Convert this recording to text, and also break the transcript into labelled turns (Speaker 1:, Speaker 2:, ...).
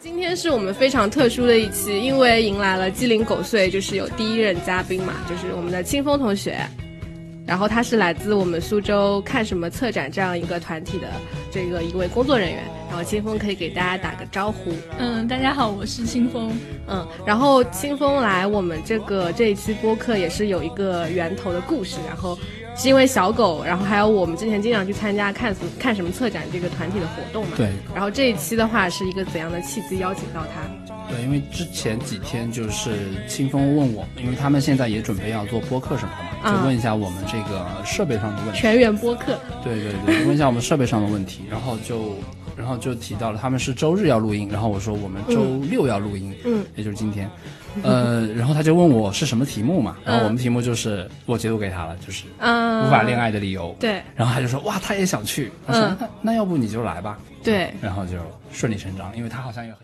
Speaker 1: 今天是我们非常特殊的一期，因为迎来了鸡零狗碎，就是有第一任嘉宾嘛，就是我们的清风同学。然后他是来自我们苏州看什么策展这样一个团体的这个一位工作人员。然后清风可以给大家打个招呼。
Speaker 2: 嗯，大家好，我是清风。
Speaker 1: 嗯，然后清风来我们这个这一期播客也是有一个源头的故事，然后是因为小狗，然后还有我们之前经常去参加看什看什么策展这个团体的活动嘛。
Speaker 3: 对。
Speaker 1: 然后这一期的话是一个怎样的契机邀请到他？
Speaker 3: 对，因为之前几天就是清风问我，因为他们现在也准备要做播客什么的嘛，
Speaker 1: 嗯
Speaker 3: 就问一下我们这个设备上的问题。
Speaker 1: 全员播客。
Speaker 3: 对对对，问一下我们设备上的问题，然后就然后就提到了他们是周日要录音，然后我说我们周六要录音，
Speaker 1: 嗯，
Speaker 3: 也就是今天，呃，然后他就问我是什么题目嘛，然后我们题目就是我解读给他了，就是
Speaker 1: 嗯。
Speaker 3: 无法恋。爱的理由，
Speaker 1: 对
Speaker 3: 然后他就说哇他也想去，我说、
Speaker 1: 嗯
Speaker 3: 那那要不你就来吧，
Speaker 1: 对。
Speaker 3: 然后就顺理成章，因为他好像也很